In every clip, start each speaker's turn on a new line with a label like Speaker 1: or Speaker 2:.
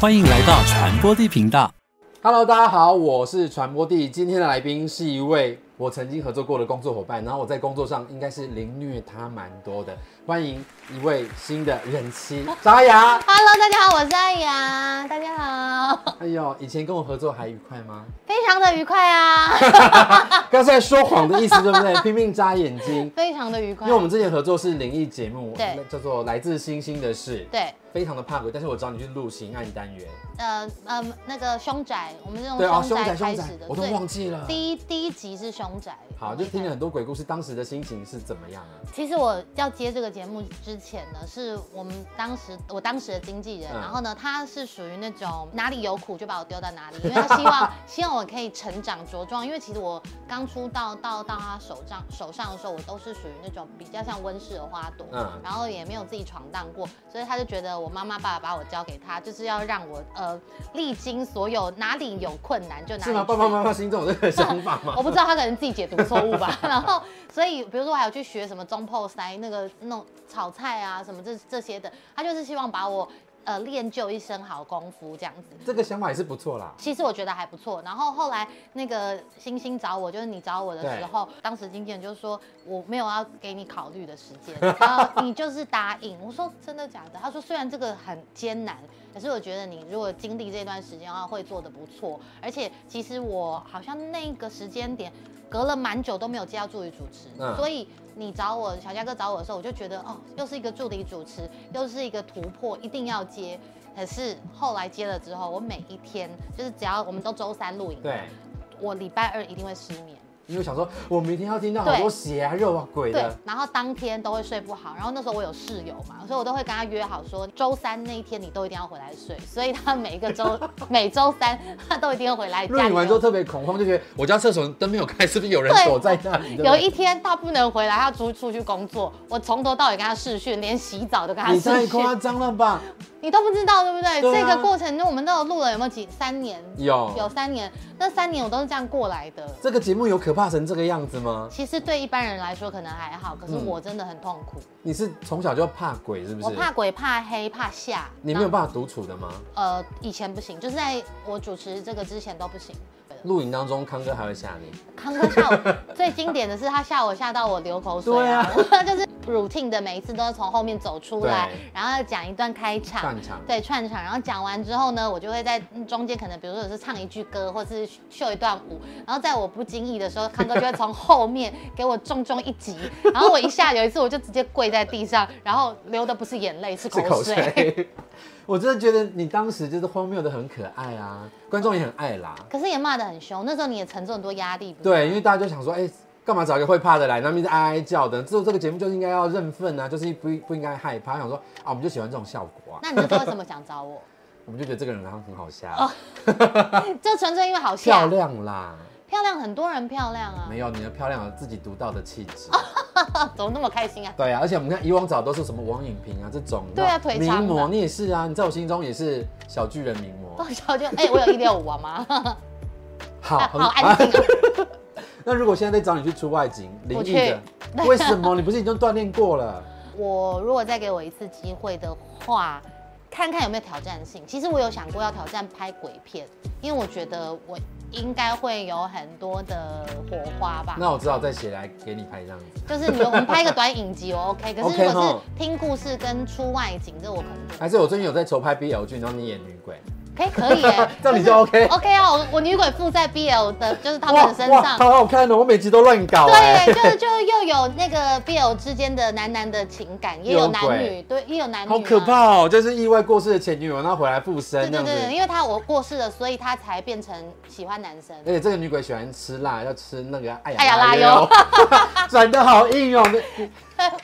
Speaker 1: 欢迎来到传播地频道。
Speaker 2: Hello，大家好，我是传播帝。今天的来宾是一位我曾经合作过的工作伙伴，然后我在工作上应该是凌虐他蛮多的。欢迎一位新的人妻扎雅。
Speaker 3: Hello，大家好，我是艾雅，大家好，
Speaker 2: 哎呦，以前跟我合作还愉快吗？
Speaker 3: 非常的愉 快啊，
Speaker 2: 刚才说谎的意思对不对？拼命眨眼 睛。
Speaker 3: 非常的愉快，
Speaker 2: 因为我们之前合作是灵异节目，
Speaker 3: 对
Speaker 2: 叫做《来自星星的事》，
Speaker 3: 对，
Speaker 2: 非常的怕鬼，但是我找你去录刑案单元，
Speaker 3: 呃呃，那个凶哦宅，我们是
Speaker 2: 对啊，
Speaker 3: 用
Speaker 2: 凶宅
Speaker 3: 开
Speaker 2: 凶
Speaker 3: 始
Speaker 2: 宅
Speaker 3: 的，，
Speaker 2: 我都
Speaker 3: 对
Speaker 2: 忘记了。
Speaker 3: 第一第一集是凶宅，
Speaker 2: 好，就听了很多鬼故事，当时的心情是怎么样啊？
Speaker 3: 其实我要接这个节目之前呢，是我们当时我当时的经纪人，
Speaker 2: 嗯
Speaker 3: 然后呢，他是属于那种哪里有苦就把我丢到哪里，因为他希望 希望我可以成长茁壮。因为其实我刚出道到到他手上手上的时候，我都是属于那种比较像温室的花朵，
Speaker 2: 嗯
Speaker 3: 然后也没有自己闯荡过，所以他就觉得我妈妈爸爸把我交给他，就是要让我呃历经所有哪里有困难就哪里
Speaker 2: 是吗？
Speaker 3: 去
Speaker 2: 爸爸妈妈心中有这个想法吗
Speaker 3: 我？不知道他可能自己解读错误吧。 然后，所以比如说我还有去学什么中破塞那个弄炒菜啊什么这这些的，他就是希望把我呃练就一身好功夫这样子。
Speaker 2: 这个想法也是不错啦。
Speaker 3: 其实我觉得还不错。然后后来那个星星找我，就是你找我的时候，当时经纪人就说我没有要给你考虑的时间，然后你就是答应。我说真的假的？他说虽然这个很艰难，可是我觉得你如果经历这段时间的话，会做得不错。而且其实我好像那个时间点隔了蛮久都没有接到助理主持，
Speaker 2: 嗯
Speaker 3: 所以你找我小佳哥找我的时候，我就觉得哦，又是一个助理主持，又是一个突破，一定要接。可是后来接了之后，我每一天就是只要我们都周三录影，
Speaker 2: 对，
Speaker 3: 我礼拜二一定会失眠，
Speaker 2: 因为想说，我明天要听到好多血啊、肉啊、鬼
Speaker 3: 对
Speaker 2: 的，，
Speaker 3: 然后当天都会睡不好。然后那时候我有室友嘛，所以我都会跟他约好说，周三那一天你都一定要回来睡。所以他每一个 周每周三他都一定要回来。
Speaker 2: 录影完之后
Speaker 3: 后，
Speaker 2: 特别恐慌，就觉得我家厕所灯没有开，是不是有人
Speaker 3: 对
Speaker 2: 躲在那里？对不对
Speaker 3: 有一天他不能回来，他要出出去工作，我从头到尾跟他试训，连洗澡都跟他
Speaker 2: 你
Speaker 3: 试
Speaker 2: 太夸
Speaker 3: 训，
Speaker 2: 张了吧？
Speaker 3: 你都不知道对不对？
Speaker 2: 对啊
Speaker 3: 这个过程中我们都有录了有没有几三年？
Speaker 2: 有
Speaker 3: 有三年，那三年我都是这样过来的。
Speaker 2: 这个节目有可怕成这个样子吗？
Speaker 3: 其实对一般人来说可能还好，可是我真的很痛苦。
Speaker 2: 你嗯是从小就怕鬼是不
Speaker 3: 我
Speaker 2: 是？
Speaker 3: 怕鬼、怕黑、怕吓。
Speaker 2: 你没有
Speaker 3: 然后
Speaker 2: 办法独处的吗？
Speaker 3: 呃，以前不行，就是在我主持这个之前都不行。
Speaker 2: 录影当中，康哥还会吓你，
Speaker 3: 康哥吓我 最经典的是他吓我吓到我流口水、我 就是 routine 的每一次都是从后面走出来
Speaker 2: 啊对，
Speaker 3: 然后要讲一段开场，
Speaker 2: 串 场
Speaker 3: 对串场，然后讲完之后呢，我就会在嗯中间可能比如说我是唱一句歌，或是秀一段舞，然后在我不经意的时候，康哥就会从后面给我重重一击，然后我一下有一次我就直接跪在地上，然后流的不是眼泪是
Speaker 2: 是
Speaker 3: 口水。。
Speaker 2: 我真的觉得你当时就是荒谬的很可爱啊，观众也很爱啦。
Speaker 3: 可是也骂得很凶，那时候你也承受很多压力。不是
Speaker 2: 对，因为大家就想说，哎、干嘛找一个会怕的来，那边在哀哀叫的？做这个节目就是应该要认份啊，就是不不应该害怕。想说啊，我们就喜欢这种效果啊，
Speaker 3: 那你那时候为什么想找我？
Speaker 2: 我们就觉得这个人好像很好瞎，
Speaker 3: 哦这纯粹因为好笑，
Speaker 2: 漂亮啦。
Speaker 3: 漂亮很多人漂亮啊
Speaker 2: 没，有，你的漂亮有自己独到的气质。啊
Speaker 3: 怎么那么开心啊？
Speaker 2: 对啊，而且我们看以往找都是什么王影平啊这种，
Speaker 3: 对啊
Speaker 2: 你知道
Speaker 3: 腿长的
Speaker 2: 名模你也是啊，你在我心中也是小巨人名模
Speaker 3: 到。时候就哎、我有一六五啊妈，
Speaker 2: 好，
Speaker 3: 好安静、啊。
Speaker 2: 那如果现在再找你去出外景，灵
Speaker 3: 我
Speaker 2: 异
Speaker 3: 去
Speaker 2: 的，为什么？你不是已经锻炼过了？
Speaker 3: 我如果再给我一次机会的话，看看有没有挑战性。其实我有想过要挑战拍鬼片，因为我觉得我应该会有很多的火花吧。
Speaker 2: 那我只好再写来给你拍这样子。
Speaker 3: 就是你我们拍一个短影集，我 OK。可
Speaker 2: OK
Speaker 3: 是如果
Speaker 2: 吼
Speaker 3: 是听故事跟出外景，这我可能就
Speaker 2: 还是我最近有在筹拍 BL 剧，然后你演女鬼，
Speaker 3: 可以可以耶、
Speaker 2: 这样你就是 OK
Speaker 3: OK 啊，我我女鬼附在 BL 的，就是他们的身上。
Speaker 2: 好好看哦！我每集都乱搞哎、
Speaker 3: 对，就就又有那个 BL 之间的男男的情感，也有男
Speaker 2: 有
Speaker 3: 女，对，也有男女、啊，
Speaker 2: 好可。怕哦！就是意外过世的前女友，然后回来附
Speaker 3: 对
Speaker 2: 身这
Speaker 3: 对
Speaker 2: 样子。
Speaker 3: 对，因为他我过世了，所以他才变成喜欢男生
Speaker 2: 而。且这个女鬼喜欢吃辣，要吃那个艾
Speaker 3: 哎呀
Speaker 2: 雅
Speaker 3: 拉
Speaker 2: 拉油， 转的好硬哦，喜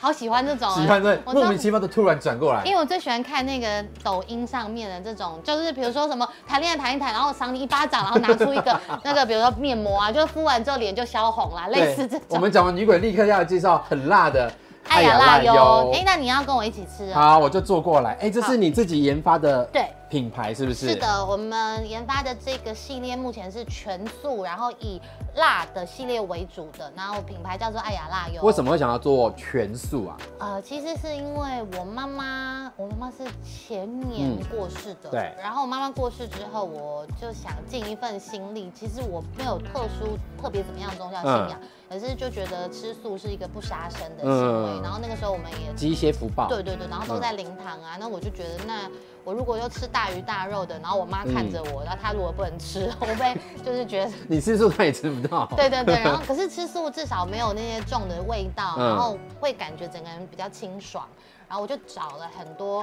Speaker 3: 好喜欢这种、啊，
Speaker 2: 欢的
Speaker 3: 我知
Speaker 2: 莫
Speaker 3: 道
Speaker 2: 名。其妙的突然转过来
Speaker 3: 因。为我最喜欢看那个抖音上面的这种，就是比如说什么谈恋爱谈一谈，然后赏你一巴掌，然后拿出 一个那个，比如说面膜啊，就敷完之后脸就消红啦，类似这
Speaker 2: 我
Speaker 3: 种。哎
Speaker 2: 们哎讲完女鬼，立刻要介绍很辣的
Speaker 3: 艾雅辣油，哎、那你要跟我一起吃啊？
Speaker 2: 好，我就坐过来。哎，这是你自己研发的
Speaker 3: 对，
Speaker 2: 品牌，是不是？
Speaker 3: 是。的，我们研发的这个系列目前是全素，然后以辣的系列为主的，然后品牌叫做爱雅辣油。
Speaker 2: 为什么会想要做全素啊？
Speaker 3: 呃，其实是因为我妈妈，我妈妈是前年
Speaker 2: 嗯
Speaker 3: 过世的。
Speaker 2: 对
Speaker 3: 然后我妈妈过世之后，我就想尽一份心力。其实我没有特殊特别怎么样的宗教信
Speaker 2: 嗯
Speaker 3: 仰，可是就觉得吃素是一个不杀生的行
Speaker 2: 嗯
Speaker 3: 为。然后那个时候我们也
Speaker 2: 积一些福报。
Speaker 3: 对对对，然后都在灵堂啊，那我就觉得，那我如果又吃大鱼大肉的，然后我妈
Speaker 2: 嗯
Speaker 3: 看着我，然后她如果不能吃， 我被就是觉得，
Speaker 2: 你吃素他也吃不到。
Speaker 3: 对对对， 然后可是吃素至少没有那些重的味道，
Speaker 2: 嗯
Speaker 3: 然后会感觉整个人比较清爽，然后我就找了很多。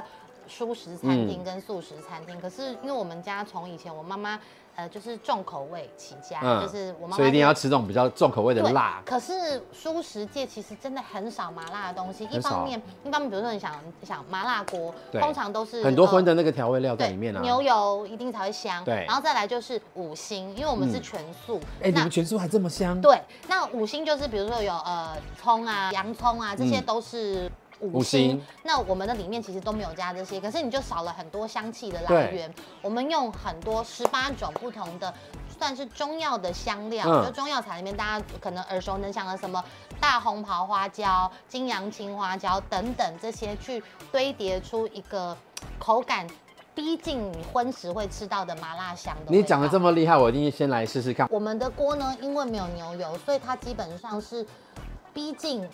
Speaker 3: 素食餐
Speaker 2: 嗯
Speaker 3: 厅跟素食餐厅，可是因为我们家从以前我妈妈，呃，就是重口味起家，
Speaker 2: 嗯
Speaker 3: 就是我妈妈
Speaker 2: 所以一定
Speaker 3: 是
Speaker 2: 要吃这种比较重口味的
Speaker 3: 对，
Speaker 2: 辣。
Speaker 3: 可是素食界其实真的很少麻辣的东西，一
Speaker 2: 很少
Speaker 3: 方面，一方面，比如说你想想麻辣锅，
Speaker 2: 对
Speaker 3: 通常都是
Speaker 2: 很多
Speaker 3: 呃
Speaker 2: 荤的那个调味料在
Speaker 3: 对
Speaker 2: 里面啊。
Speaker 3: 牛油一定才会香。
Speaker 2: 对
Speaker 3: 然后再来就是五星，因为我们是全素。
Speaker 2: 哎，你
Speaker 3: 那
Speaker 2: 们全素还这么香？
Speaker 3: 对，那五星就是比如说有呃葱啊、洋葱啊，这些
Speaker 2: 嗯
Speaker 3: 都是。
Speaker 2: 五
Speaker 3: 五
Speaker 2: 星
Speaker 3: 星，那我们的里面其实都没有加这些，可是你就少了很多香气的来
Speaker 2: 对
Speaker 3: 源。我们用很多十八种不同的，算是中药的香料，
Speaker 2: 嗯
Speaker 3: 就中药材里面大家可能耳熟能详的什么大红袍花椒、金阳青花椒等等这些，去堆叠出一个口感逼近你荤食会吃到的麻辣香的味道。
Speaker 2: 你讲的这么厉害，我一定先来试试看。
Speaker 3: 我们的锅呢，因为没有牛油，所以它基本上是逼近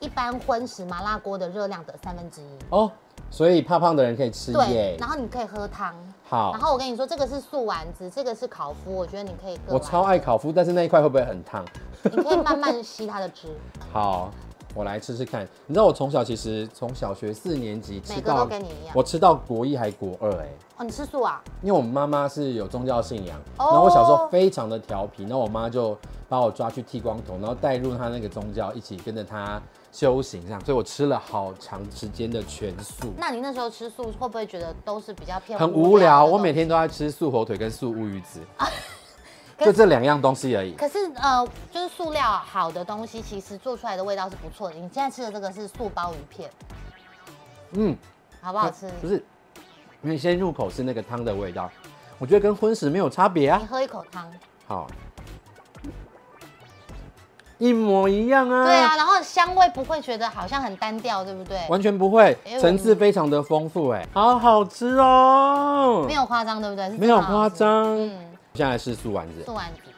Speaker 3: 一般荤食麻辣锅的热量的三分之一。
Speaker 2: 哦，所以怕胖的人可以吃
Speaker 3: 对
Speaker 2: 耶，。
Speaker 3: 然后你可以喝汤。
Speaker 2: 好
Speaker 3: 然，后我跟你说，这个是素丸子，这个是烤麸，我觉得你可以各
Speaker 2: 我
Speaker 3: 来
Speaker 2: 超爱烤麸，但是那一块会不会很烫？
Speaker 3: 你可以慢慢吸它的 汁，
Speaker 2: 好，我来吃吃看。你知道我从小其实从小学四年级吃
Speaker 3: 每个都
Speaker 2: 到，
Speaker 3: 跟你一样。
Speaker 2: 我吃到国一还国二哎、
Speaker 3: 哦，你吃素啊？
Speaker 2: 因为我妈妈是有宗教信仰，
Speaker 3: 哦
Speaker 2: 然后我小时候非常的调皮，然后我妈就把我抓去剃光头，然后带入她那个宗教，一起跟着她修行这样，所以我吃了好长时间的全素。
Speaker 3: 那你那时候吃素会不会觉得都是比较偏
Speaker 2: 很无聊，
Speaker 3: 的
Speaker 2: 我
Speaker 3: 东
Speaker 2: 每
Speaker 3: 西
Speaker 2: 天都在吃素火腿跟素乌鱼子， 就
Speaker 3: 可
Speaker 2: 是这两样东西而已。
Speaker 3: 可是呃，就是塑料好的东西，其实做出来的味道是不错的。你现在吃的这个是素鲍鱼片，
Speaker 2: 嗯，
Speaker 3: 好不好吃？
Speaker 2: 不是，因为先入口是那个汤的味道，我觉得跟荤食没有差别啊
Speaker 3: 你。喝一口汤。
Speaker 2: 好，一模一样啊。
Speaker 3: 对啊，然后香味不会觉得好像很单调，对不对？
Speaker 2: 完全不会
Speaker 3: 哎，
Speaker 2: 层次非常的丰富，哎，好好吃哦，
Speaker 3: 没有夸张，对不对？是
Speaker 2: 没有
Speaker 3: 真的好
Speaker 2: 夸
Speaker 3: 吃，
Speaker 2: 张。
Speaker 3: 嗯，
Speaker 2: 现在是素丸子，
Speaker 3: 素丸子，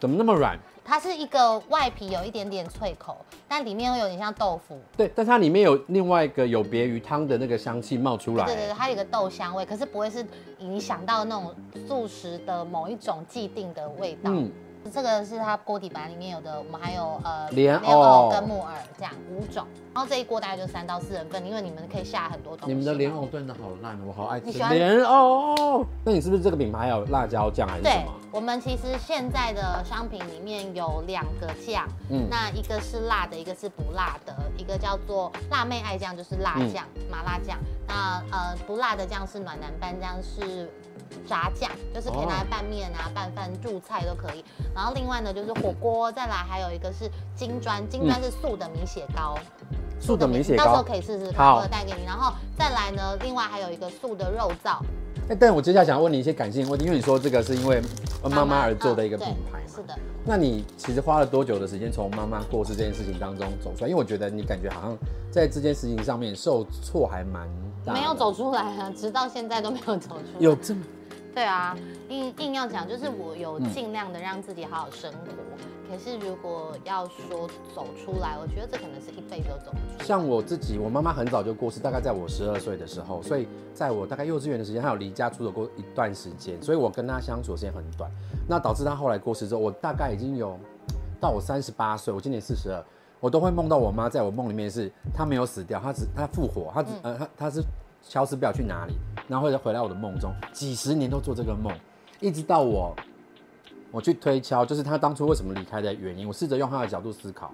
Speaker 2: 怎么那么软？
Speaker 3: 它是一个外皮有一点点脆口，但里面又有点像豆腐。
Speaker 2: 对，但它里面有另外一个有别于汤的那个香气冒出来，
Speaker 3: 对对对，它有一个豆香味，可是不会是你想到那种素食的某一种既定的味道。
Speaker 2: 嗯，
Speaker 3: 这个是它锅底板里面有的，我们还有呃
Speaker 2: 莲哦藕
Speaker 3: 跟木耳这样五种，然后这一锅大概就三到四人份，因为你们可以下很多东西。
Speaker 2: 你们的莲藕炖的好烂，我好爱吃
Speaker 3: 你喜欢
Speaker 2: 莲藕。哦那你是不是这个品牌还有辣椒酱还是什
Speaker 3: 对
Speaker 2: 么？，
Speaker 3: 我们其实现在的商品里面有两个酱，
Speaker 2: 嗯
Speaker 3: 那一个是辣的，一个是不辣的，一个叫做辣妹爱酱，就是辣酱、麻辣酱。那呃不辣的酱是暖男拌酱，呃是炸酱，就是可以拿来拌面啊、拌饭、入菜都可以。然后另外呢就是火锅，再来还有一个是金砖，金砖是素的米血糕。
Speaker 2: 素的米血
Speaker 3: 你到时候
Speaker 2: 糕。
Speaker 3: 可以试试看，
Speaker 2: 好
Speaker 3: 我带给你。然后再来呢，另外还有一个素的肉燥，
Speaker 2: 哎，但我接下来想问你一些感性的问题，因为你说这个是因为呃妈妈而做的一个
Speaker 3: 嗯对
Speaker 2: 品牌嘛
Speaker 3: 是。的。
Speaker 2: 那你其实花了多久的时间从妈妈过世这件事情当中走出来？因为我觉得你感觉好像在这件事情上面受挫还蛮大的，
Speaker 3: 没有走出来啊，直到现在都没有走出来。
Speaker 2: 有这么
Speaker 3: 对啊，硬硬要讲，就是我有尽量的让自己好好生活。可是如果要说走出来，我觉得这可能是一辈子都走不出来。
Speaker 2: 像我自己，我妈妈很早就过世，大概在我十二岁的时候，所以在我大概幼稚园的时间，她有离家出走过一段时间，所以我跟她相处的时间很短，那导致她后来过世之后，我大概已经有到我三十八岁，我今年四十二，我都会梦到我妈，在我梦里面是她没有死掉，她只她复活，她只、呃她她是消失不了去哪里，然后会回来我的梦中，几十年都做这个梦，一直到我我去推敲，就是她当初为什么离开的原因，我试着用她的角度思考。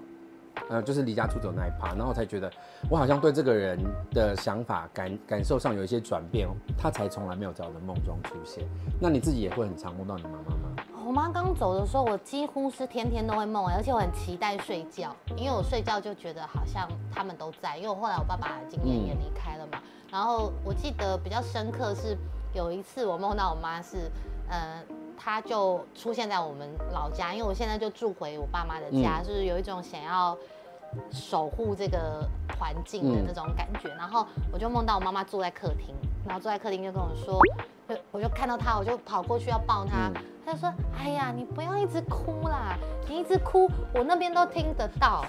Speaker 2: 呃，就是离家出走那一趴，然后我才觉得我好像对这个人的想法感感受上有一些转变，他才从来没有在我的梦中出现。那你自己也会很常梦到你妈妈吗？
Speaker 3: 哦我妈刚走的时候，我几乎是天天都会梦，而且我很期待睡觉，因为我睡觉就觉得好像他们都在，因为我后来我爸爸今年也离开了嘛。然后我记得比较深刻是有一次我梦到我妈是，呃，她就出现在我们老家，因为我现在就住回我爸妈的家，就是有一种想要。守护这个环境的那种感觉，然后我就梦到我妈妈坐在客厅，然后坐在客厅就跟我说，就我就看到她，我就跑过去要抱她，
Speaker 2: 嗯
Speaker 3: 她就说：“哎呀，你不要一直哭啦，你一直哭，我那边都听得 到。”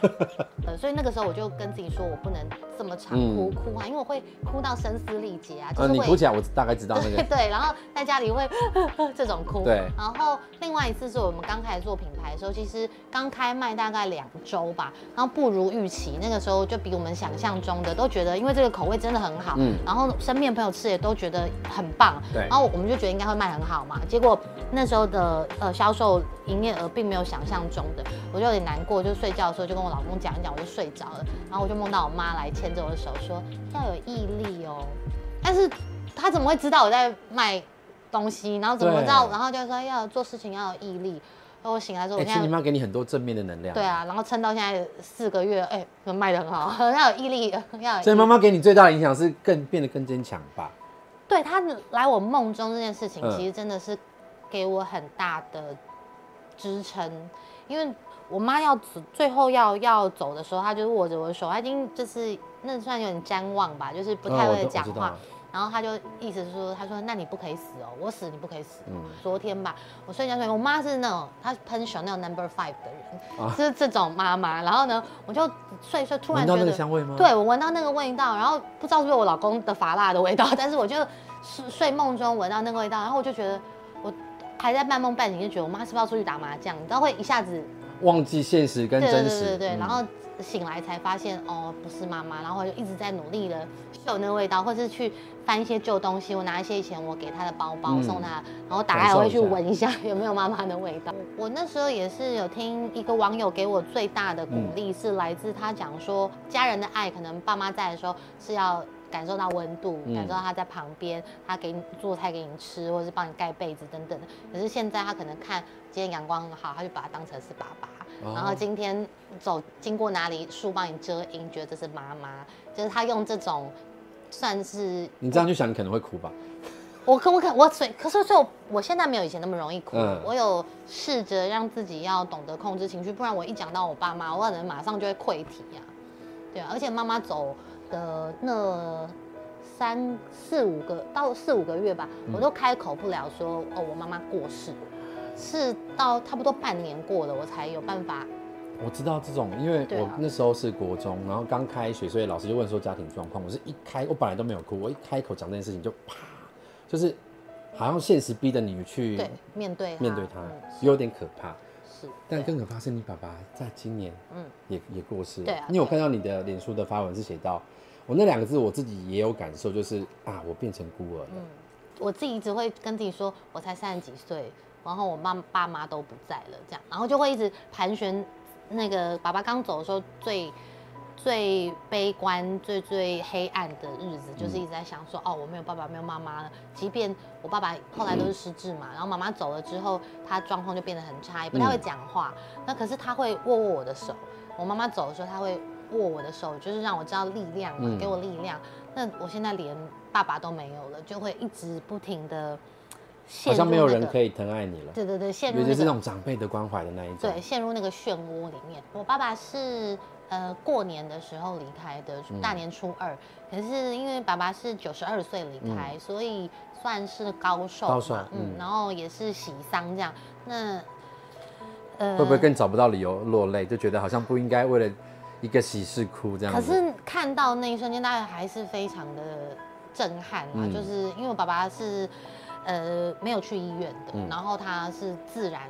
Speaker 3: 呃，所以那个时候我就跟自己说，我不能这么常哭、
Speaker 2: 嗯
Speaker 3: 哭啊，因为我会哭到声嘶力竭啊，就
Speaker 2: 呃，
Speaker 3: 是
Speaker 2: 你
Speaker 3: 会、
Speaker 2: 哭起来，我大概知道那
Speaker 3: 对
Speaker 2: 个。
Speaker 3: 对，然后在家里会 这种哭。
Speaker 2: 对
Speaker 3: 然后另外一次是我们刚开始做品牌的时候，其实刚开卖大概两周吧，然后不如预期，那个时候就比我们想象中的都觉得，因为这个口味真的很好，
Speaker 2: 嗯
Speaker 3: 然后身边朋友吃也都觉得很棒，
Speaker 2: 对
Speaker 3: 然后我们就觉得应该会卖很好嘛，结果那时候的呃销售营业额并没有想象中的，我就有点难过，就睡觉的时候就跟我老公讲一讲，我就睡着了，然后我就梦到我妈来牵着我的手说要有毅力哦，但是她怎么会知道我在卖东西，然后怎么知道，
Speaker 2: 对
Speaker 3: 然后就说要做事情要有毅力，然后我醒来之
Speaker 2: 哎、
Speaker 3: 后，我
Speaker 2: 其实
Speaker 3: 现
Speaker 2: 你
Speaker 3: 在。
Speaker 2: 妈给你很多正面的能量。
Speaker 3: 对。啊，然后撑到现在四个月，哎、卖的很好， 要有毅力，要有毅
Speaker 2: 所以
Speaker 3: 力
Speaker 2: 妈妈给你最大的影响是更变得更坚强吧？
Speaker 3: 对他来我梦中这件事情，
Speaker 2: 嗯
Speaker 3: 其实真的是给我很大的支撑，因为我妈要走，最后要要走的时候，她就握着我的手，她已经就是那算有点瞻望吧，就是不太
Speaker 2: 哦我
Speaker 3: 会
Speaker 2: 懂我
Speaker 3: 讲
Speaker 2: 知道
Speaker 3: 话。然后她就意思是说，她说那你不可以死哦，我死你不可以死。
Speaker 2: 嗯
Speaker 3: 昨天吧，我睡觉睡，我妈是那种她喷熊那种 number five 的人，
Speaker 2: 啊
Speaker 3: 就是这种妈妈。然后呢，我就睡一睡，突
Speaker 2: 闻
Speaker 3: 然觉
Speaker 2: 到
Speaker 3: 得
Speaker 2: 那个香味吗？
Speaker 3: 对，我闻到那个味道，然后不知道是不是我老公的发蜡的味道，但是我就睡睡梦中闻到那个味道，然后我就觉得我还在半梦半醒，就觉得我妈是不是要出去打麻将？你知道会一下子，
Speaker 2: 忘记现实跟
Speaker 3: 对对
Speaker 2: 真
Speaker 3: 对
Speaker 2: 实。
Speaker 3: 对对，
Speaker 2: 嗯
Speaker 3: 然后醒来才发现哦，不是妈妈，然后我就一直在努力的嗅那个味道，或是去翻一些旧东西，我拿一些以前我给她的包包、
Speaker 2: 嗯
Speaker 3: 送她，然后打开
Speaker 2: 感
Speaker 3: 我
Speaker 2: 受
Speaker 3: 会
Speaker 2: 一
Speaker 3: 去
Speaker 2: 下
Speaker 3: 闻一下有没有妈妈的味道。我那时候也是有听一个网友给我最大的鼓
Speaker 2: 嗯
Speaker 3: 励，是来自他讲说，家人的爱可能爸妈在的时候是要。感受到温度，
Speaker 2: 嗯
Speaker 3: 感受到他在旁边，他给你做菜给你吃，或者是帮你盖被子等等的。可是现在他可能看今天阳光很好，他就把它当成是爸爸，
Speaker 2: 哦
Speaker 3: 然后今天走经过哪里树帮你遮阴，觉得这是妈妈，就是他用这种算是
Speaker 2: 你这样就想，你可能会哭吧？
Speaker 3: 我可我可我所以可是所以我我现在没有以前那么容易哭，
Speaker 2: 嗯
Speaker 3: 我有试着让自己要懂得控制情绪，不然我一讲到我爸妈，我可能马上就会溃体呀、对啊，而且妈妈走的那三四五个到四五个月吧，
Speaker 2: 嗯
Speaker 3: 我都开口不了说哦，我妈妈过世，是到差不多半年过了，我才有办法。
Speaker 2: 我知道这种，因为
Speaker 3: 对啊
Speaker 2: 我那时候是国中，然后刚开学，所以老师就问说家庭状况。我是一开，我本来都没有哭，我一开口讲这件事情就啪，就是好像现实逼着你去
Speaker 3: 对，面对
Speaker 2: 嗯面对它，
Speaker 3: 嗯
Speaker 2: 有点可怕。
Speaker 3: 是，
Speaker 2: 但
Speaker 3: 对
Speaker 2: 更可怕是你爸爸在今年
Speaker 3: 嗯
Speaker 2: 也也过世了。
Speaker 3: 对啊
Speaker 2: 因为我
Speaker 3: 对
Speaker 2: 看到你的脸书的发文是写到，我那两个字我自己也有感受，就是啊，我变成孤儿了。
Speaker 3: 嗯我自己一直会跟自己说，我才三十几岁，然后我妈爸妈都不在了，这样，然后就会一直盘旋。那个爸爸刚走的时候最最悲观、最最黑暗的日子，就是一直在想说，哦，我没有爸爸，没有妈妈了。即便我爸爸后来都是失智嘛，然后妈妈走了之后，他状况就变得很差，也不太会讲话。那可是他会握握我的手，我妈妈走的时候，他会握我的手，就是让我知道力量嘛，
Speaker 2: 嗯
Speaker 3: 给我力量。那我现在连爸爸都没有了，就会一直不停的陷
Speaker 2: 好
Speaker 3: 入、那个、
Speaker 2: 像没有人可以疼爱你了，
Speaker 3: 对对对，陷入
Speaker 2: 尤
Speaker 3: 那
Speaker 2: 其
Speaker 3: 个
Speaker 2: 是那种长辈的关怀的那一种
Speaker 3: 对，。陷入那个漩涡里面。我爸爸是呃过年的时候离开的，
Speaker 2: 嗯
Speaker 3: 大年初二。可是因为爸爸是九十二岁离开，所以算是高寿
Speaker 2: 嗯
Speaker 3: 嘛，
Speaker 2: 高寿
Speaker 3: 嗯
Speaker 2: 嗯，
Speaker 3: 然后也是喜丧这样。那呃
Speaker 2: 会不会更找不到理由落泪，就觉得好像不应该为了一个喜事哭这样
Speaker 3: 可
Speaker 2: 子？
Speaker 3: 是看到那一瞬间，大家还是非常的震撼啊！
Speaker 2: 嗯
Speaker 3: 就是因为我爸爸是呃没有去医院的，
Speaker 2: 嗯
Speaker 3: 然后他是自然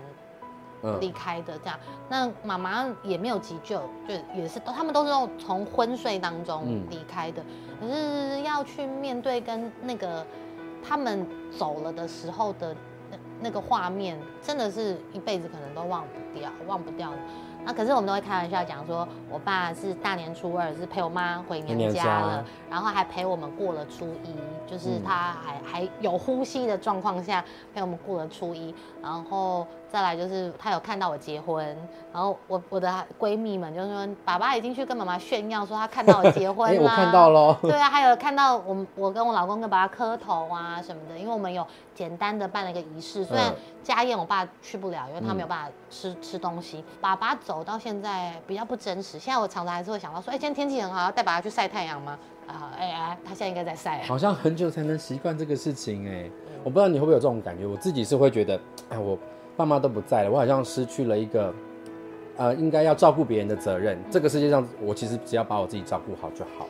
Speaker 3: 离
Speaker 2: 嗯，
Speaker 3: 开的这样。那妈妈也没有急救，就也是他们都是从昏睡当中
Speaker 2: 嗯
Speaker 3: 离开的，可是要去面对跟那个他们走了的时候的那那个画面，真的是一辈子可能都忘不掉，忘不掉你。那可是我们都会开玩笑讲说，我爸是大年初二是陪我妈
Speaker 2: 回
Speaker 3: 回娘
Speaker 2: 娘
Speaker 3: 家
Speaker 2: 家
Speaker 3: 了，然后还陪我们过了初一，就是
Speaker 2: 嗯
Speaker 3: 他还、还有呼吸的状况下陪我们过了初一，然后再来就是他有看到我结婚，然后我我的闺蜜们就说，爸爸已经去跟妈妈炫耀说他看到我结婚
Speaker 2: 哎，
Speaker 3: 啦、
Speaker 2: 我看到喽。
Speaker 3: 对啊，还有看到我们，我跟我老公跟爸爸磕头啊什么的，因为我们有简单的办了一个仪式。虽然
Speaker 2: 嗯
Speaker 3: 家宴我爸去不了，因为他
Speaker 2: 嗯
Speaker 3: 没有办法吃、吃东西。爸爸走到现在比较不真实，现在我常常还是会想到说，哎、今天天气很好，要带爸爸去晒太阳吗？啊、哎、哎，他现在应该在晒啊。
Speaker 2: 好像很久才能习惯这个事情哎、我不知道你会不会有这种感觉，我自己是会觉得，哎，我爸妈都不在了，我好像失去了一个，呃，应该要照顾别人的责任。这个世界上，我其实只要把我自己照顾好就好。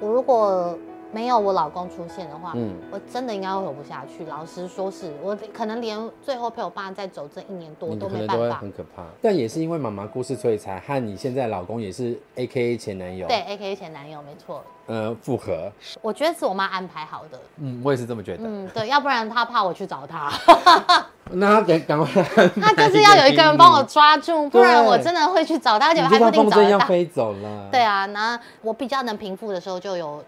Speaker 3: 我如果没有我老公出现的话，
Speaker 2: 嗯，
Speaker 3: 我真的应该会活不下去。老实说是，我可能连最后陪我爸再走这一年多
Speaker 2: 你
Speaker 3: 都
Speaker 2: 可
Speaker 3: 没
Speaker 2: 能
Speaker 3: 办
Speaker 2: 都会
Speaker 3: 法。
Speaker 2: 很可怕。但也是因为妈妈故事，所以才和你现在老公也是 A K A 前男友，
Speaker 3: 对，A K 前男友没错，
Speaker 2: 呃，复合。
Speaker 3: 我觉得是我妈安排好的。
Speaker 2: 嗯，我也是这么觉得。
Speaker 3: 嗯，对，要不然他怕我去找 他，
Speaker 2: 那他赶赶快安排
Speaker 3: 他
Speaker 2: 给你，
Speaker 3: 就是要有一个人帮我抓住，不然我真的会去找他，而且
Speaker 2: 你
Speaker 3: 我
Speaker 2: 就
Speaker 3: 还不
Speaker 2: 像
Speaker 3: 一定
Speaker 2: 风
Speaker 3: 找
Speaker 2: 筝一
Speaker 3: 得
Speaker 2: 样
Speaker 3: 到。
Speaker 2: 飞走了。
Speaker 3: 对，啊，那我比较能平复的时候就有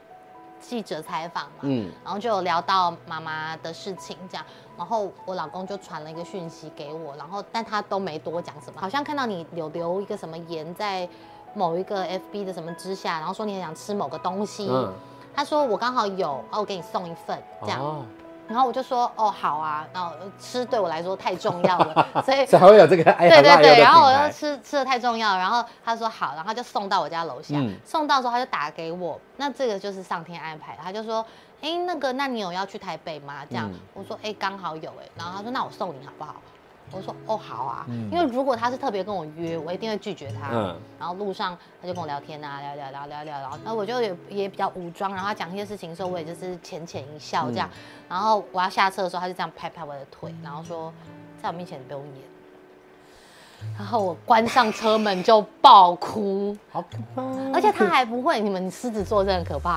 Speaker 3: 记者采访嘛，
Speaker 2: 嗯，
Speaker 3: 然后就有聊到妈妈的事情这样，然后我老公就传了一个讯息给我，然后但他都没多讲什么，好像看到你有留一个什么言在某一个 FB 的什么之下，然后说你很想吃某个东西，
Speaker 2: 嗯，
Speaker 3: 他说我刚好有，啊，我给你送一份这样，
Speaker 2: 哦，
Speaker 3: 然后我就说哦好啊，然后吃对我来说太重 要了，所以
Speaker 2: 才会有这个爱
Speaker 3: 对
Speaker 2: 和哎辣油
Speaker 3: 对
Speaker 2: 的
Speaker 3: 对，
Speaker 2: 品
Speaker 3: 然后我
Speaker 2: 牌
Speaker 3: 就。吃吃的太重要，然后他说好，然后他就送到我家楼下，
Speaker 2: 嗯
Speaker 3: 送到之后他就打给我，那这个就是上天安排的，他就说哎那个那你有要去台北吗？这样、
Speaker 2: 嗯
Speaker 3: 我说哎刚好有哎、然后他说那我送你好不好？我说哦好啊，
Speaker 2: 嗯
Speaker 3: 因为如果他是特别跟我约，我一定会拒绝他。
Speaker 2: 嗯
Speaker 3: 然后路上他就跟我聊天啊，聊聊聊聊聊，然后我就也也比较武装，然后他讲一些事情的时候，我也就是浅浅一笑这样。然后我要下车的时候，他就这样拍拍我的腿，然后说，在我面前你不用演。然后我关上车门就爆哭，
Speaker 2: 好可怕哦！
Speaker 3: 而且他还不会，你们狮子座真的很可怕、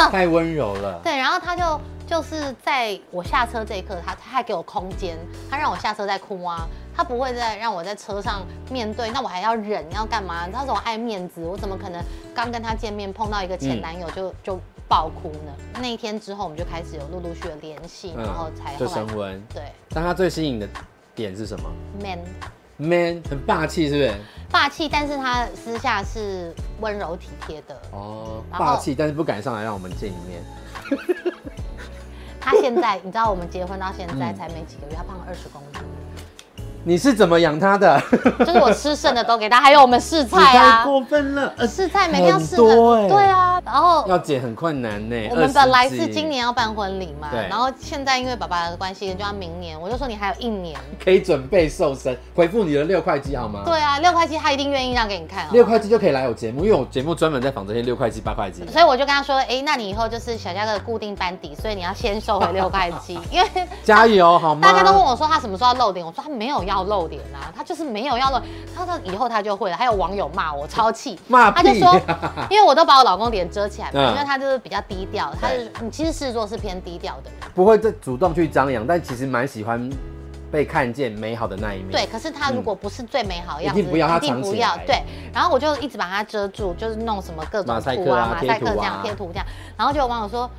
Speaker 3: 啊
Speaker 2: 太温柔了。
Speaker 3: 对，然后他就就是在我下车这一刻，他他还给我空间，他让我下车再哭啊，他不会再让我在车上面对，那我还要忍要干嘛？他说我爱面子，我怎么可能刚跟他见面碰到一个
Speaker 2: 嗯
Speaker 3: 前男友就、就爆哭呢？那一天之后，我们就开始有陆陆续续的联系，
Speaker 2: 嗯
Speaker 3: 然后才
Speaker 2: 就
Speaker 3: 后
Speaker 2: 升
Speaker 3: 来
Speaker 2: 温。
Speaker 3: 对
Speaker 2: 但他最吸引的点是什么
Speaker 3: man
Speaker 2: ？man 很霸气，是不是？
Speaker 3: 霸气，但是他私下是温柔体贴的，
Speaker 2: 哦，
Speaker 3: 然后
Speaker 2: 霸气，但是不敢上来让我们见一面。
Speaker 3: 他现在你知道我们结婚到现在
Speaker 2: 嗯
Speaker 3: 才没几个月，他胖了二十公斤。
Speaker 2: 你是怎么养他的？
Speaker 3: 就是我吃剩的都给他，还有我们试
Speaker 2: 你
Speaker 3: 菜
Speaker 2: 太
Speaker 3: 啊，
Speaker 2: 过分了，呃
Speaker 3: 试菜每天要
Speaker 2: 很
Speaker 3: 试
Speaker 2: 多欸
Speaker 3: 很对啊，然后
Speaker 2: 要减很困难呢。
Speaker 3: 我们
Speaker 2: 20
Speaker 3: 本来是
Speaker 2: 集
Speaker 3: 今年要办婚礼嘛
Speaker 2: 对，
Speaker 3: 然后现在因为爸爸的关系，就要明年，我就说你还有一年，
Speaker 2: 可以准备瘦身，回复你的六块肌好吗？
Speaker 3: 对，啊，六块七他一定愿意让给你看啊。
Speaker 2: 六块肌就可以来我节目，因为我节目专门在仿这些六块肌、八块 肌。
Speaker 3: 所以我就跟他说，哎，那你以后就是小家哥的固定班底，所以你要先收回六块 七，因为
Speaker 2: 加油好吗？
Speaker 3: 大家都问我说他什么时候要露脸，我说他没有要露脸啊，他就是没有要露，他说以后他就会了。还有网友骂我超气，
Speaker 2: 骂
Speaker 3: 他就
Speaker 2: 屁
Speaker 3: 说
Speaker 2: 啊，
Speaker 3: 因为我都把我老公脸遮起来
Speaker 2: 嗯
Speaker 3: 嘛，因为他就是比较低调，他
Speaker 2: 对
Speaker 3: 是你其实狮子座是偏低调的人，
Speaker 2: 不会再主动去张扬，但其实蛮喜欢被看见美好的那一面。嗯
Speaker 3: 对，可是他如果不是最美好的样子，
Speaker 2: 一定不要他
Speaker 3: 一定
Speaker 2: 藏起
Speaker 3: 不要
Speaker 2: 来
Speaker 3: 对，然后我就一直把它遮住，就是弄什么各种
Speaker 2: 马赛
Speaker 3: 图
Speaker 2: 克啊
Speaker 3: 啊、马
Speaker 2: 贴
Speaker 3: 赛
Speaker 2: 图
Speaker 3: 克这样
Speaker 2: 啊
Speaker 3: 贴图这样，然后就有网友说。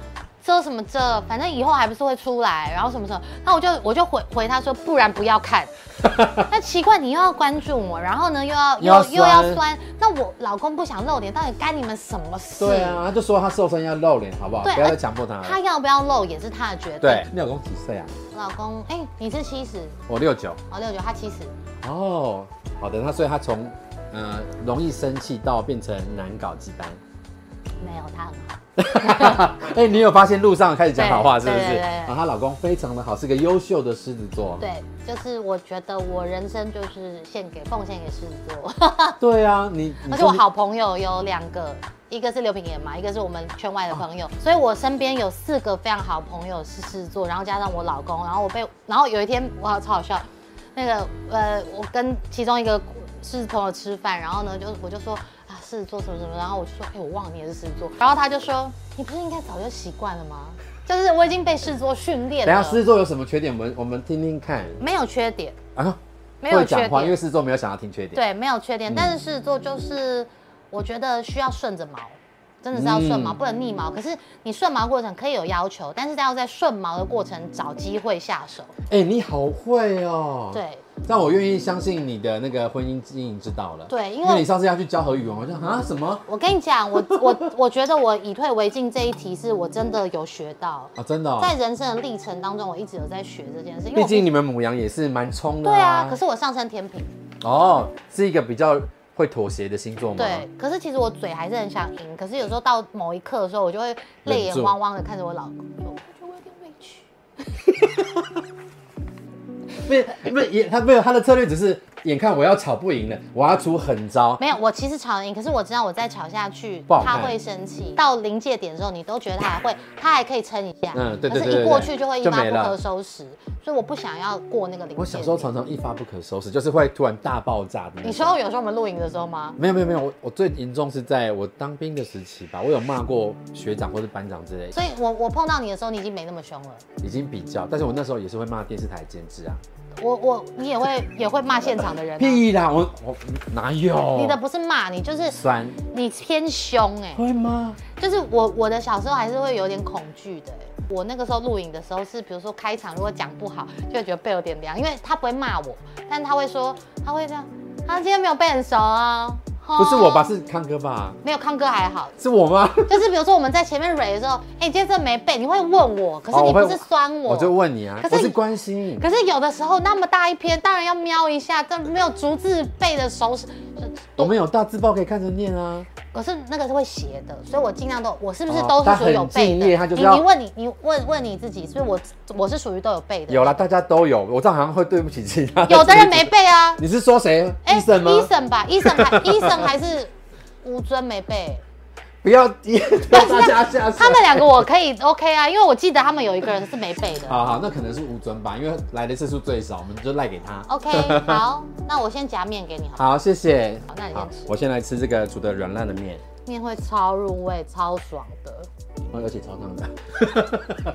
Speaker 3: 遮什么遮？反正以后还不是会出来，然后什么什么，那我就我就回回他说，不然不要看。那奇怪，你又要关注我，然后呢又要
Speaker 2: 又要
Speaker 3: 又要
Speaker 2: 酸
Speaker 3: 酸，那我老公不想露脸，到底干你们什么事？
Speaker 2: 对啊，他就说他瘦身要露脸，好不好？
Speaker 3: 对
Speaker 2: 不要再强迫他了。
Speaker 3: 他要不要露也是他的决定。
Speaker 2: 对，，你老公几岁啊？
Speaker 3: 老公，哎、你是七十，
Speaker 2: 我六九。
Speaker 3: 哦六九，他七十，
Speaker 2: 哦，好的，那所以他从呃容易生气到变成难搞几班。
Speaker 3: 没有他很好，
Speaker 2: 哎、你有发现路上开始讲好话是不是？
Speaker 3: 对对对对
Speaker 2: 啊，她老公非常的好，是个优秀的狮子座。
Speaker 3: 对，就是我觉得我人生就是献给奉献给狮子座，
Speaker 2: 对啊，你你
Speaker 3: 而且我
Speaker 2: 真的
Speaker 3: 好朋友有两个。一个是刘品言嘛，一个是我们圈外的朋
Speaker 2: 哦
Speaker 3: 友，所以我身边有四个非常好的朋友是狮子座，然后加上我老公，然后我被，然后有一天我好超好笑，那个呃，我跟其中一个狮子朋友吃饭，然后呢就我就说啊狮子座什么什么，然后我就说哎、我忘了你也是狮子座，然后他就说你不是应该早就习惯了吗？就是我已经被狮子座训练
Speaker 2: 等一
Speaker 3: 了
Speaker 2: 下狮，子座有什么缺点？我们我们听听看
Speaker 3: 没有缺点，
Speaker 2: 啊。
Speaker 3: 没有
Speaker 2: 会
Speaker 3: 缺
Speaker 2: 讲话，因为
Speaker 3: 点，
Speaker 2: 狮子座没有想要听缺点。嗯
Speaker 3: 对，没有缺点。但是狮子座就是，我觉得需要顺着毛，真的是要顺毛，
Speaker 2: 嗯
Speaker 3: 不能逆毛。可是你顺毛过程可以有要求，但是要在顺毛的过程找机会下手。
Speaker 2: 哎、你好会哦。。
Speaker 3: 对，
Speaker 2: 让我愿意相信你的那个婚姻经营之道了。
Speaker 3: 对因为
Speaker 2: 因你上次要去教和语文，我就啊什么
Speaker 3: 我跟你讲，我我我觉得我以退为进这一题是我真的有学到，
Speaker 2: 啊，真的、哦。
Speaker 3: 在人生的历程当中，我一直有在学这件事，因为
Speaker 2: 毕
Speaker 3: 我
Speaker 2: 竟你们母羊也是蛮冲的、
Speaker 3: 对啊，可是我上升天平，
Speaker 2: 哦，是一个比较会妥协的星座吗？
Speaker 3: 对，，可是其实我嘴还是很想赢，可是有时候到某一刻的时候，我就会泪眼汪汪的看着我老公，说我觉得我有点委屈。
Speaker 2: 不不也他没有他的策略只是眼看我要吵不赢了，我要出狠招。
Speaker 3: 没有，我其实吵得赢，可是我知道我再吵下去
Speaker 2: 不好，
Speaker 3: 他
Speaker 2: 看
Speaker 3: 会生气。到临界点的时候，你都觉得他还会，他还可以撑一下，
Speaker 2: 嗯对对
Speaker 3: 可
Speaker 2: 对
Speaker 3: 是
Speaker 2: 对
Speaker 3: 一过去就会一
Speaker 2: 就
Speaker 3: 发
Speaker 2: 没
Speaker 3: 不
Speaker 2: 了
Speaker 3: 可收拾，所以我不想要过那个临界点。
Speaker 2: 我小时候常常一发不可收拾，就是会突然大爆炸的那种。
Speaker 3: 你说有时候我们露营的时候吗？
Speaker 2: 没有没有没有，我我最严重是在我当兵的时期吧，我有骂过学长或是班长之类，
Speaker 3: 所以我我碰到你的时候，你已经没那么凶了。
Speaker 2: 已经比较，但是我那时候也是会骂电视台监制啊，
Speaker 3: 我我你也会也会骂现场的人、啊，
Speaker 2: 屁哦啦，我我哪有？
Speaker 3: 你的不是骂你，就是
Speaker 2: 酸
Speaker 3: 你偏凶哎、
Speaker 2: 会吗？
Speaker 3: 就是我我的小时候还是会有点恐惧的、欸。我那个时候录影的时候是，比如说开场如果讲不好，就会觉得背有点凉，因为他不会骂我，但他会说，他会这样，他今天没有背很熟哦。哦
Speaker 2: 不是我吧，是康哥吧？
Speaker 3: 没有康哥还好，
Speaker 2: 是我吗？
Speaker 3: 就是比如说我们在前面蕊的时候，哎、你今天真的没背，你会问我，可是
Speaker 2: 哦
Speaker 3: 你
Speaker 2: 我会
Speaker 3: 不是酸我，
Speaker 2: 我就问你啊，
Speaker 3: 可是
Speaker 2: 我
Speaker 3: 你
Speaker 2: 是关心。
Speaker 3: 可是有的时候那么大一篇，当然要瞄一下，但没有逐字背的熟识。是
Speaker 2: 我们有大字报可以看着念啊，
Speaker 3: 可是那个是会斜的，所以我尽量都，我是不是
Speaker 2: 哦
Speaker 3: 都
Speaker 2: 他
Speaker 3: 是属于有
Speaker 2: 很
Speaker 3: 背的？
Speaker 2: 敬业他就是
Speaker 3: 你
Speaker 2: 要
Speaker 3: 你问你你问问你自己，所以我我是属于都有背的。
Speaker 2: 有啦，大家都有。我这样好像会对不起其他。。
Speaker 3: 有的人没，背啊
Speaker 2: 你是说谁？医生吗？
Speaker 3: 医生吧，医生还 医生还是吴尊没背。
Speaker 2: 不要不要大家下水。
Speaker 3: 他们两个我可以 OK 啊，因为我记得他们有一个人是没背的。
Speaker 2: 好好，那可能是吴尊吧，因为来的次数最少，我们就赖给他。
Speaker 3: OK，好，那我先夹面给你好不好，
Speaker 2: 好，谢谢。
Speaker 3: 好那你先
Speaker 2: 好
Speaker 3: 吃
Speaker 2: 我先来吃这个煮的软烂的面，
Speaker 3: 面会超入味、超爽的。
Speaker 2: 哦而且超烫的，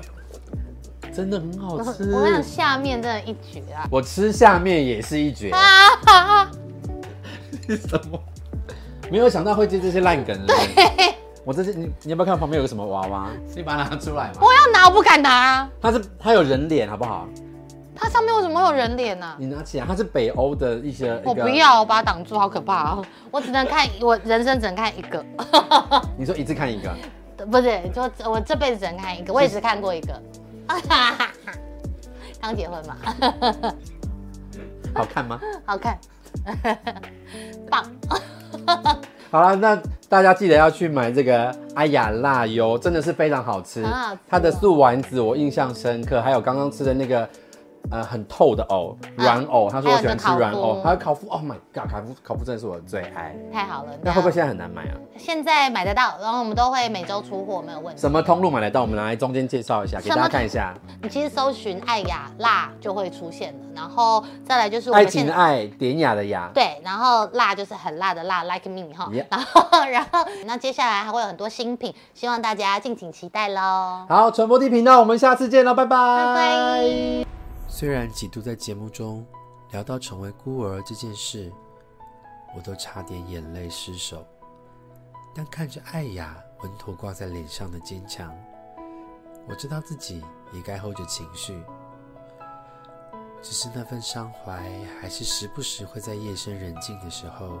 Speaker 2: 真的很好吃。
Speaker 3: 哦我想下面真的一绝啊！
Speaker 2: 我吃下面也是一绝，
Speaker 3: 啊哈哈！
Speaker 2: 是什么？没有想到会接这些烂梗的。
Speaker 3: 对，
Speaker 2: 我这是你，你要不要看旁边有个什么娃娃？你把它拿出来嘛。
Speaker 3: 我要拿，我不敢拿啊！
Speaker 2: 它是它有人脸，好不好？
Speaker 3: 它上面为什么会有人脸呢、啊？
Speaker 2: 你拿起来，它是北欧的一些。
Speaker 3: 我
Speaker 2: 一个
Speaker 3: 不。要，我把它挡住，好可怕啊！我只能看，我人生只能看一个，
Speaker 2: 你说一次看一个，
Speaker 3: 不是，就我这辈子只能看一个，我也只看过一个。 刚结婚嘛，
Speaker 2: 好看吗？
Speaker 3: 好看， 棒！
Speaker 2: 好了，那大家记得要去买这个阿雅辣油，真的是非常好吃。
Speaker 3: 很好吃
Speaker 2: 它的素丸子我印象深刻，还有刚刚吃的那个。呃，很透的藕，软
Speaker 3: 嗯
Speaker 2: 藕，他说我喜欢吃软藕，还
Speaker 3: 还
Speaker 2: 有烤麸，Oh my god，烤麸烤麸真的是我的最爱。
Speaker 3: 太好了，
Speaker 2: 那会不会现在很难买啊？
Speaker 3: 现在买得到？然后我们都会每周出货，没有问题。
Speaker 2: 什么通路买得到？我们来中间介绍一下，给大
Speaker 3: 什
Speaker 2: 家
Speaker 3: 么
Speaker 2: 看一下。
Speaker 3: 你其实搜寻“爱雅辣”就会出现了，然后再来就是我
Speaker 2: 爱
Speaker 3: 们现
Speaker 2: 情的
Speaker 3: 在。
Speaker 2: 爱，典雅的雅，
Speaker 3: 对，然后辣就是很辣的辣，like me 哈
Speaker 2: Yeah
Speaker 3: 然后然后那接下来还会有很多新品，希望大家敬请期待喽。
Speaker 2: 好，传播地频道，我们下次见了，拜拜。
Speaker 3: 拜
Speaker 4: 虽然几度在节目中聊到成为孤儿这件事，我都差点眼泪失手，但看着艾雅稳妥挂在脸上的坚强，我知道自己也该 hold 着情绪。只是那份伤怀，还是时不时会在夜深人静的时候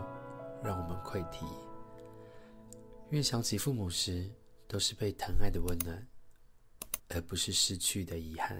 Speaker 4: 让我们溃堤。越想起父母时，都是被疼爱的温暖，而不是失去的遗憾。